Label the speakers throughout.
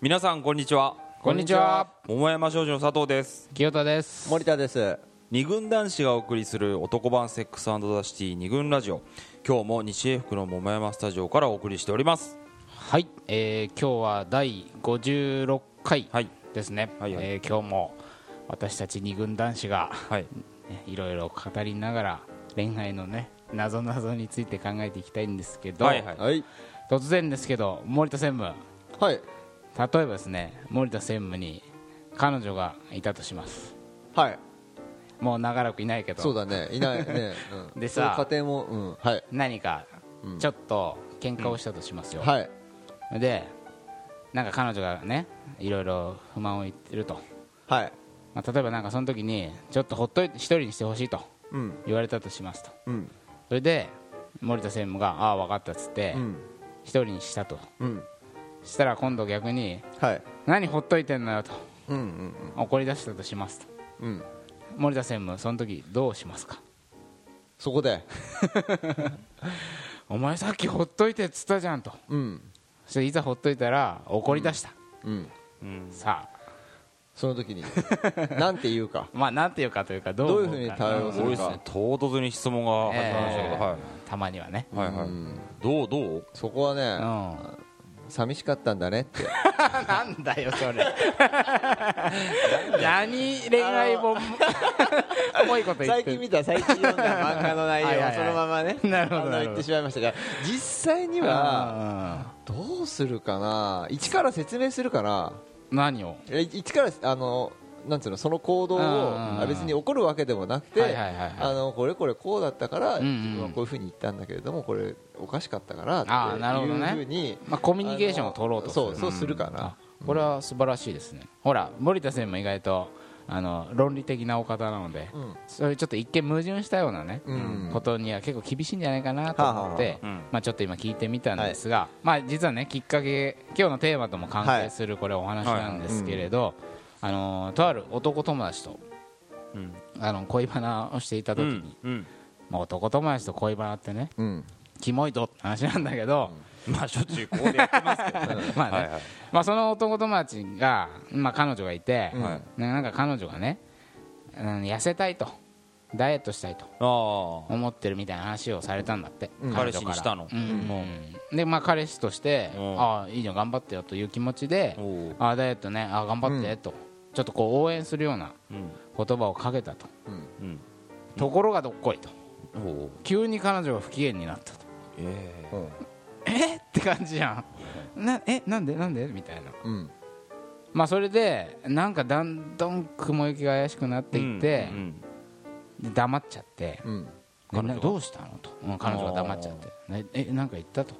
Speaker 1: 皆さんこんにちは
Speaker 2: こんにちは
Speaker 1: 桃山少女の佐藤です
Speaker 2: 清田です
Speaker 3: 森田です
Speaker 1: 二軍男子がお送りする男版セックスザシティ二軍ラジオ今日も西英福の桃山スタジオからお送りしております
Speaker 2: はい、えー、今日は第56回
Speaker 1: はい
Speaker 2: ですね、
Speaker 1: はいはい
Speaker 2: えー今日も私たち二軍男子が、
Speaker 1: はい
Speaker 2: ねいろいろ語りながら恋愛のね謎々について考えていきたいんですけど、
Speaker 1: はいはい
Speaker 3: はい
Speaker 2: 突然ですけど森田専務
Speaker 3: はい
Speaker 2: 例えばですね森田専務に彼女がいたとします
Speaker 3: はい
Speaker 2: もう長らくいないけど
Speaker 3: そうだねいないね、 うん、
Speaker 2: でさ
Speaker 3: そういう家庭もうんはい
Speaker 2: 何かちょっと喧嘩をしたとしますよ、
Speaker 3: はい
Speaker 2: でなんか彼女がねいろいろ不満を言ってると、
Speaker 3: はい
Speaker 2: まあ、例えばなんかその時にちょっとほっといて一人にしてほしいと
Speaker 3: うん
Speaker 2: 言われたとしますと
Speaker 3: うん
Speaker 2: それで森田専務がああ分かったっつって
Speaker 3: うん
Speaker 2: 一人にしたと
Speaker 3: うん
Speaker 2: したら今度逆に
Speaker 3: はい
Speaker 2: 何ほっといてんのよと
Speaker 3: うんうん
Speaker 2: 怒り出したとしますと
Speaker 3: うんうん
Speaker 2: 森田専務その時どうしますか
Speaker 3: そこで
Speaker 2: お前さっきほっといてっつったじゃんと
Speaker 3: うん
Speaker 2: そしていざほっといたら怒り出した、
Speaker 3: うん
Speaker 1: うん
Speaker 2: さあ
Speaker 3: その時 になんて言うか
Speaker 2: まあなんていうかというかどう思
Speaker 3: どういうふうに
Speaker 2: か
Speaker 3: 対応
Speaker 1: 多
Speaker 3: する
Speaker 1: いですね唐突に質問が始まりましたけど、
Speaker 2: えーたまにはね
Speaker 1: はいはいはい、
Speaker 3: うん
Speaker 1: どうどう
Speaker 3: そこは
Speaker 2: う
Speaker 3: ね
Speaker 2: ん
Speaker 3: 寂しかったんだねって
Speaker 2: なんだよそれ 何恋愛 本 重いこと言っ
Speaker 3: 最
Speaker 2: て
Speaker 3: 近
Speaker 2: る
Speaker 3: 見た最近読んだ漫画の内容
Speaker 2: はいはいは
Speaker 3: はいそのままね
Speaker 2: なるほど
Speaker 3: あの
Speaker 2: なる
Speaker 3: 言
Speaker 2: ほ
Speaker 3: っ
Speaker 2: ど
Speaker 3: てしまいましたが実際には
Speaker 2: あ
Speaker 3: どうするかな一から説明するかな
Speaker 2: ー何を
Speaker 3: え一からあのなんつうのその行動を
Speaker 2: うんうんうん
Speaker 3: あ別に怒るわけでもなくて、
Speaker 2: はいはいはいはい
Speaker 3: あのこれこれこうだったから、
Speaker 2: うんうん
Speaker 3: 自分はこういうふうに言ったんだけれどもこれおかしかったからって
Speaker 2: あーなるほどね
Speaker 3: いうふうに
Speaker 2: まあコミュニケーションを取ろうと
Speaker 3: あのそうそうするか
Speaker 2: あ
Speaker 3: な、
Speaker 2: これは素晴らしいですねほら森田専務意外とあの論理的なお方なので
Speaker 3: うん
Speaker 2: そういうちょっと一見矛盾したようなね
Speaker 3: うん
Speaker 2: ことには結構厳しいんじゃないかなと思っ
Speaker 3: は
Speaker 2: て
Speaker 1: あはあうん
Speaker 2: まあちょっと今聞いてみたんですがまあ実はねきっかけ今日のテーマとも関係するこれお話なんですけれどあのとある男友達と
Speaker 1: うん
Speaker 2: あの恋バナをしていた
Speaker 1: う
Speaker 2: 時に
Speaker 1: ん、うん、
Speaker 2: まあ男友達と恋バナってね
Speaker 3: うん
Speaker 2: キモいとって話なんだけど、
Speaker 1: まあしょっちゅうここでやってますけどね
Speaker 2: まあね、
Speaker 1: はいはい
Speaker 2: まあ、その男友達が、まあ、彼女がいて、
Speaker 3: うん
Speaker 1: はい
Speaker 2: ねなんか彼女がね、うん、痩せたいとダイエットしたいと
Speaker 1: あ
Speaker 2: 思ってるみたいな話をされたんだって、
Speaker 3: うん
Speaker 2: 彼
Speaker 1: 彼
Speaker 2: 女から
Speaker 1: 氏にしたの
Speaker 2: うんでまあ彼氏として、
Speaker 1: うん
Speaker 2: ああいいじゃん頑張ってよという気持ちで
Speaker 1: あ、おー
Speaker 2: ああダイエットねああ頑張ってと、ちょっとこう応援するような
Speaker 1: うん
Speaker 2: 言葉をかけたと、
Speaker 1: うん
Speaker 2: ところがどっこいと
Speaker 1: おー
Speaker 2: 急に彼女が不機嫌になったと
Speaker 1: え
Speaker 3: うん
Speaker 2: えって感じじゃんなえなんでなんでみたいな
Speaker 3: うん
Speaker 2: まあそれでなんかだんだん雲行きが怪しくなって
Speaker 1: え
Speaker 2: いって
Speaker 1: うんう、ん
Speaker 2: で黙っちゃって、
Speaker 3: うん
Speaker 2: み
Speaker 1: 彼
Speaker 2: ん
Speaker 1: 女
Speaker 2: な
Speaker 1: が
Speaker 2: どうしたのと、うん彼女が黙っちゃってねえなんか言ったと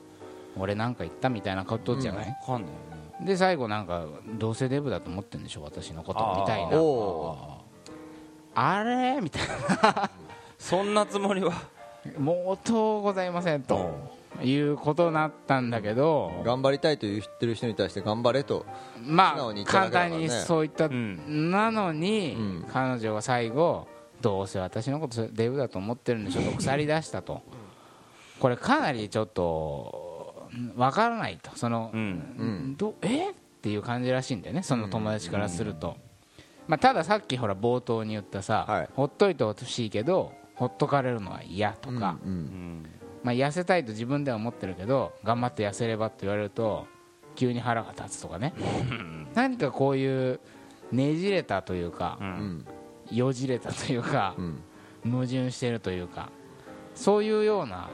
Speaker 2: 俺なんか言ったみたいなことじゃない、
Speaker 1: わかんないよね
Speaker 2: で最後なんかどうせデブだと思ってんでしょ私のことみたい
Speaker 1: あー
Speaker 2: な
Speaker 3: お
Speaker 2: あれみたい
Speaker 1: そんなつもりは
Speaker 2: な もうとうございませんということになったんだけ
Speaker 3: ー
Speaker 2: ど
Speaker 3: 頑張りたいと言ってる人に対して頑張れと
Speaker 2: ま
Speaker 3: 素直
Speaker 2: あ
Speaker 3: に言った
Speaker 2: 簡
Speaker 3: だけだからね
Speaker 2: 単にそういった
Speaker 1: うん
Speaker 2: なのに、
Speaker 3: うん
Speaker 2: 彼女は最後どうせ私のことデブだと思ってるんでしょと腐り出したとこれかなりちょっとわからないとその、
Speaker 1: うん
Speaker 3: うん
Speaker 2: どえっていう感じらしいんだよねその友達からすると、まあ、たださっきほら冒頭に言ったさ、
Speaker 3: はい
Speaker 2: ほっといてほしいけどほっとかれるのは嫌とか、
Speaker 3: うんうん
Speaker 1: うん
Speaker 2: まあ、痩せたいと自分では思ってるけど頑張って痩せればって言われると急に腹が立つとかね何かこういうねじれたというか、
Speaker 1: うん
Speaker 3: うん
Speaker 2: よじれたというか
Speaker 3: う、ん
Speaker 2: 矛盾してるというかそういうような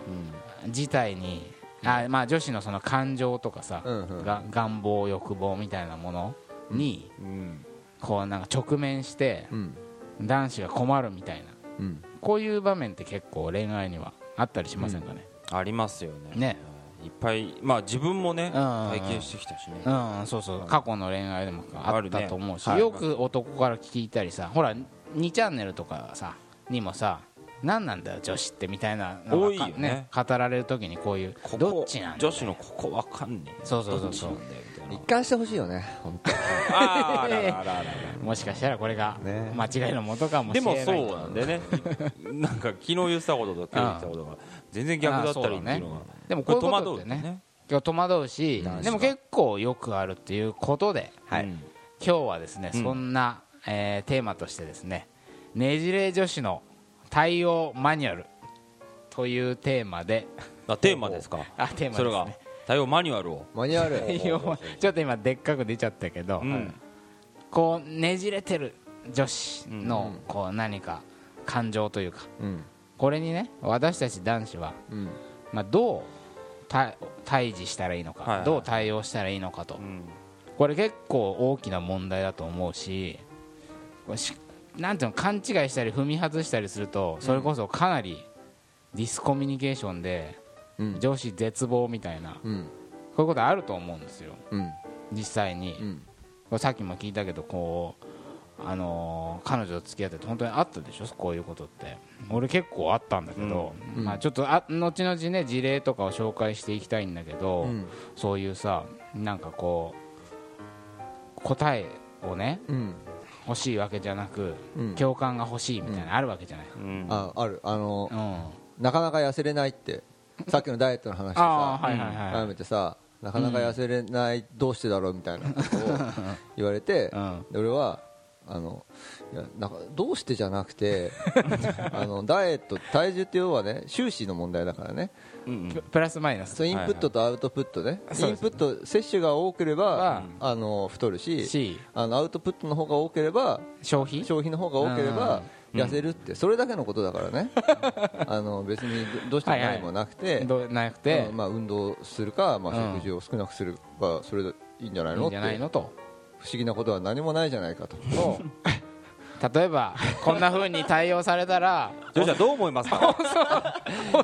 Speaker 2: 事態に、あまあ、女子のその感情とかさ、
Speaker 3: うんうん
Speaker 2: が願望欲望みたいなものに、
Speaker 1: うん
Speaker 2: こうなんか直面して
Speaker 3: うん
Speaker 2: 男子が困るみたいな
Speaker 3: うん
Speaker 2: こういう場面って結構恋愛にはあったりしませんかね、
Speaker 1: ありますよね
Speaker 2: ね
Speaker 1: いっぱいまあ自分もね
Speaker 2: うんうんうん
Speaker 1: 体験してきたしね
Speaker 2: うん、そうそう過去の恋愛でもあ
Speaker 1: あ
Speaker 2: っ
Speaker 1: る
Speaker 2: た
Speaker 1: ね
Speaker 2: と思うし、
Speaker 1: はい
Speaker 2: よく男から聞いたりさほら2チャンネルとかさにもさ何なんだよ女子ってみたいなのが
Speaker 1: 多いよね
Speaker 2: 語られる時にこういう
Speaker 1: ここ
Speaker 2: どっちなんだ
Speaker 1: 女
Speaker 2: よ
Speaker 1: 子のここわかんねえ
Speaker 2: そうそうそう
Speaker 1: どっち
Speaker 2: そう
Speaker 1: なんだよみたいな
Speaker 3: 一貫してほしいよね本当
Speaker 1: あーあららららら
Speaker 2: もしかしたらこれが
Speaker 3: ね
Speaker 2: 間違いのもとかもし
Speaker 1: で
Speaker 2: れな
Speaker 1: も
Speaker 2: い
Speaker 1: そうなんでね なんか昨日言ってたことと今日言ってたことが全然逆だったりっていうのが
Speaker 2: でも
Speaker 1: こ
Speaker 2: こう
Speaker 1: れ戸
Speaker 2: いうこと
Speaker 1: 惑
Speaker 2: っ
Speaker 1: う
Speaker 2: て
Speaker 1: よ
Speaker 2: ね
Speaker 1: ね
Speaker 2: いや戸惑うし
Speaker 1: 何ですか
Speaker 2: でも結構よくあるっていうことで
Speaker 4: はい、
Speaker 1: うん
Speaker 2: 今日はですね、
Speaker 1: うん
Speaker 2: そんな、えーテーマとしてですねねじれ女子の対応マニュアルというテーマで
Speaker 1: あテーマですか
Speaker 2: あテーマですね
Speaker 1: それが対応マニュアルを
Speaker 3: マニュアル
Speaker 2: 対応ちょっと今でっかく出ちゃったけど、
Speaker 1: うん
Speaker 2: こうねじれてる女子のこう何か感情というか
Speaker 3: うん
Speaker 2: これにね私たち男子は、
Speaker 3: うん
Speaker 2: まあ、どう対対峙したらいいのか、
Speaker 1: はいはい
Speaker 2: どう対応したらいいのかと
Speaker 1: うん
Speaker 2: これ結構大きな問題だと思うしこれしなんていうの勘違いしたり踏み外したりするとそれこそかなりディスコミュニケーションで
Speaker 3: うん
Speaker 2: 女子絶望みたいなこ
Speaker 3: うん
Speaker 2: ういうことあると思うんですよ
Speaker 3: うん
Speaker 2: 実際に
Speaker 3: う、ん
Speaker 2: これさっきも聞いたけどこう、あのー彼女と付き合ってて本当にあったでしょこういうことって俺結構あったんだけど、
Speaker 3: うん
Speaker 2: まあ、ちょっとあ後々ね事例とかを紹介していきたいんだけど、
Speaker 3: うん
Speaker 2: そういうさなんかこう答えをね
Speaker 3: うん
Speaker 2: 欲しいわけじゃなく、
Speaker 3: うん
Speaker 2: 共感が欲しいみたいなのあるわけじゃない、
Speaker 1: うん
Speaker 3: ああるあの
Speaker 2: うん
Speaker 3: なかなか痩せれないってさっきのダイエットの話で
Speaker 2: ああ
Speaker 3: さ
Speaker 2: はいはいはい、
Speaker 3: 改めてさなかなか痩せれないどうしてだろうみたいなことを言われて
Speaker 2: うん
Speaker 3: で俺はあのいやなんかどうしてじゃなく てあのダイエット体重って要はね収支の問題だからね
Speaker 1: うん
Speaker 2: ププラスマイナス
Speaker 3: そうインプットとアウトプットねイ
Speaker 2: そう
Speaker 3: ン
Speaker 2: です
Speaker 3: プット摂取が多ければ
Speaker 2: うん
Speaker 3: あの太るし
Speaker 2: し
Speaker 3: あのアウトプットの方が多ければ
Speaker 2: 消費
Speaker 3: 消費の方が多ければ
Speaker 1: うん
Speaker 3: 痩せるってそれだけのことだか らねあの別にどうしても
Speaker 2: はいはい
Speaker 3: 何もなくて
Speaker 2: どうなくて、
Speaker 3: うんまあ、運動するか、ま
Speaker 2: う
Speaker 3: あ、
Speaker 2: ん
Speaker 3: 食事を少なくするかそれでいいんじゃない
Speaker 2: いい
Speaker 3: の
Speaker 2: ん
Speaker 3: っ
Speaker 2: じ
Speaker 3: て
Speaker 2: ゃないのと
Speaker 3: 不思議なことは何もないじゃない かと
Speaker 2: を例えばこんな風に対応されたら
Speaker 1: ジョージはどう思いますか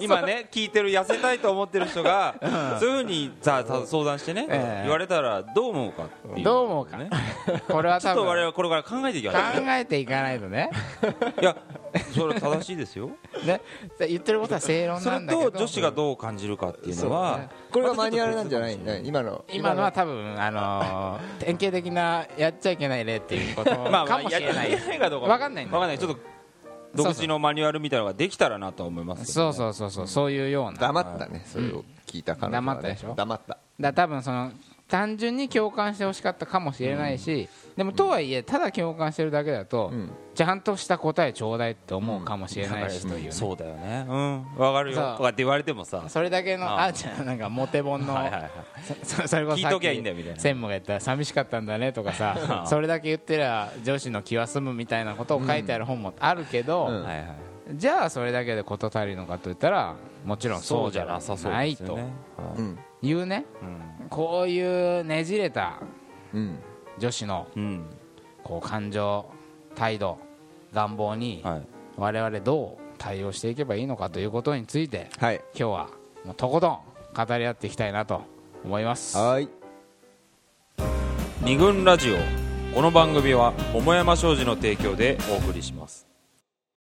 Speaker 1: 今ね聞いてる痩せたいと思ってる人がそういうふうにささ相談してね
Speaker 2: ええ
Speaker 1: 言われたらどう思うかっていう
Speaker 2: どう思うか
Speaker 1: ね
Speaker 2: これは
Speaker 1: ちょ
Speaker 2: 多
Speaker 1: っと我々
Speaker 2: 分
Speaker 1: はこれから考えていきま
Speaker 2: 考
Speaker 1: しょ
Speaker 2: えていかないとね
Speaker 1: ういやそれは正しいですよ
Speaker 2: ね言ってることは正論
Speaker 1: そ
Speaker 2: な
Speaker 1: れ
Speaker 2: んだけど
Speaker 1: と女子がどう感じるかっていうのは
Speaker 3: これがマニュアルなんじゃないんだね今の
Speaker 2: 今のは多分、あのー典型的なやっちゃいけない例っていうこと
Speaker 1: まあま
Speaker 2: か
Speaker 1: あ
Speaker 2: もしれない
Speaker 1: やりたいかどうか
Speaker 2: わかんないんだ
Speaker 1: わかんないちょっと独自のマニュアルみたいなのができたらなとは思いますけど
Speaker 2: そうそうそうそうそういうようなだか
Speaker 3: 黙ったねそれを聞いたから、ね、
Speaker 2: 黙ったでしょ
Speaker 3: 黙った
Speaker 2: ら多分その単純に共感してほしかったかもしれないし、でもとはいえただ共感してるだけだと、
Speaker 3: うん
Speaker 2: ちゃんとした答えちょうだいって思うかもしれないし、
Speaker 3: うん
Speaker 2: というね
Speaker 1: そうだよねうんわかるよ
Speaker 2: そう
Speaker 1: とかって言われてもさ
Speaker 2: それだけの
Speaker 1: ああ
Speaker 2: あーちゃんなんかモテ本の
Speaker 1: はいはいはい
Speaker 2: そそれこそさ
Speaker 1: 聞
Speaker 2: っ
Speaker 1: いときゃいいんだよみたいな
Speaker 2: 専務が言ったら寂しかったんだねとか
Speaker 1: あ
Speaker 2: さ
Speaker 1: あ
Speaker 2: それだけ言ってりゃ女子の気は済むみたいなことを書いてある本もあるけど、
Speaker 1: はいはい
Speaker 2: じゃあそれだけで事足りるのかと言ったらもちろんそうじゃ
Speaker 1: で
Speaker 2: ない
Speaker 1: すよ
Speaker 2: と
Speaker 1: ねは
Speaker 3: うん
Speaker 2: いうねこういうねじれた
Speaker 3: うん
Speaker 2: 女子の
Speaker 1: いうん
Speaker 2: こう感情態度願望に
Speaker 1: はい
Speaker 2: 我々どう対応していけばいいのかということについて
Speaker 3: はい
Speaker 2: 今日はもうとことん語り合っていきたいなと思います。
Speaker 3: はい
Speaker 1: 二軍ラジオこの番組は桃山商事の提供でお送りします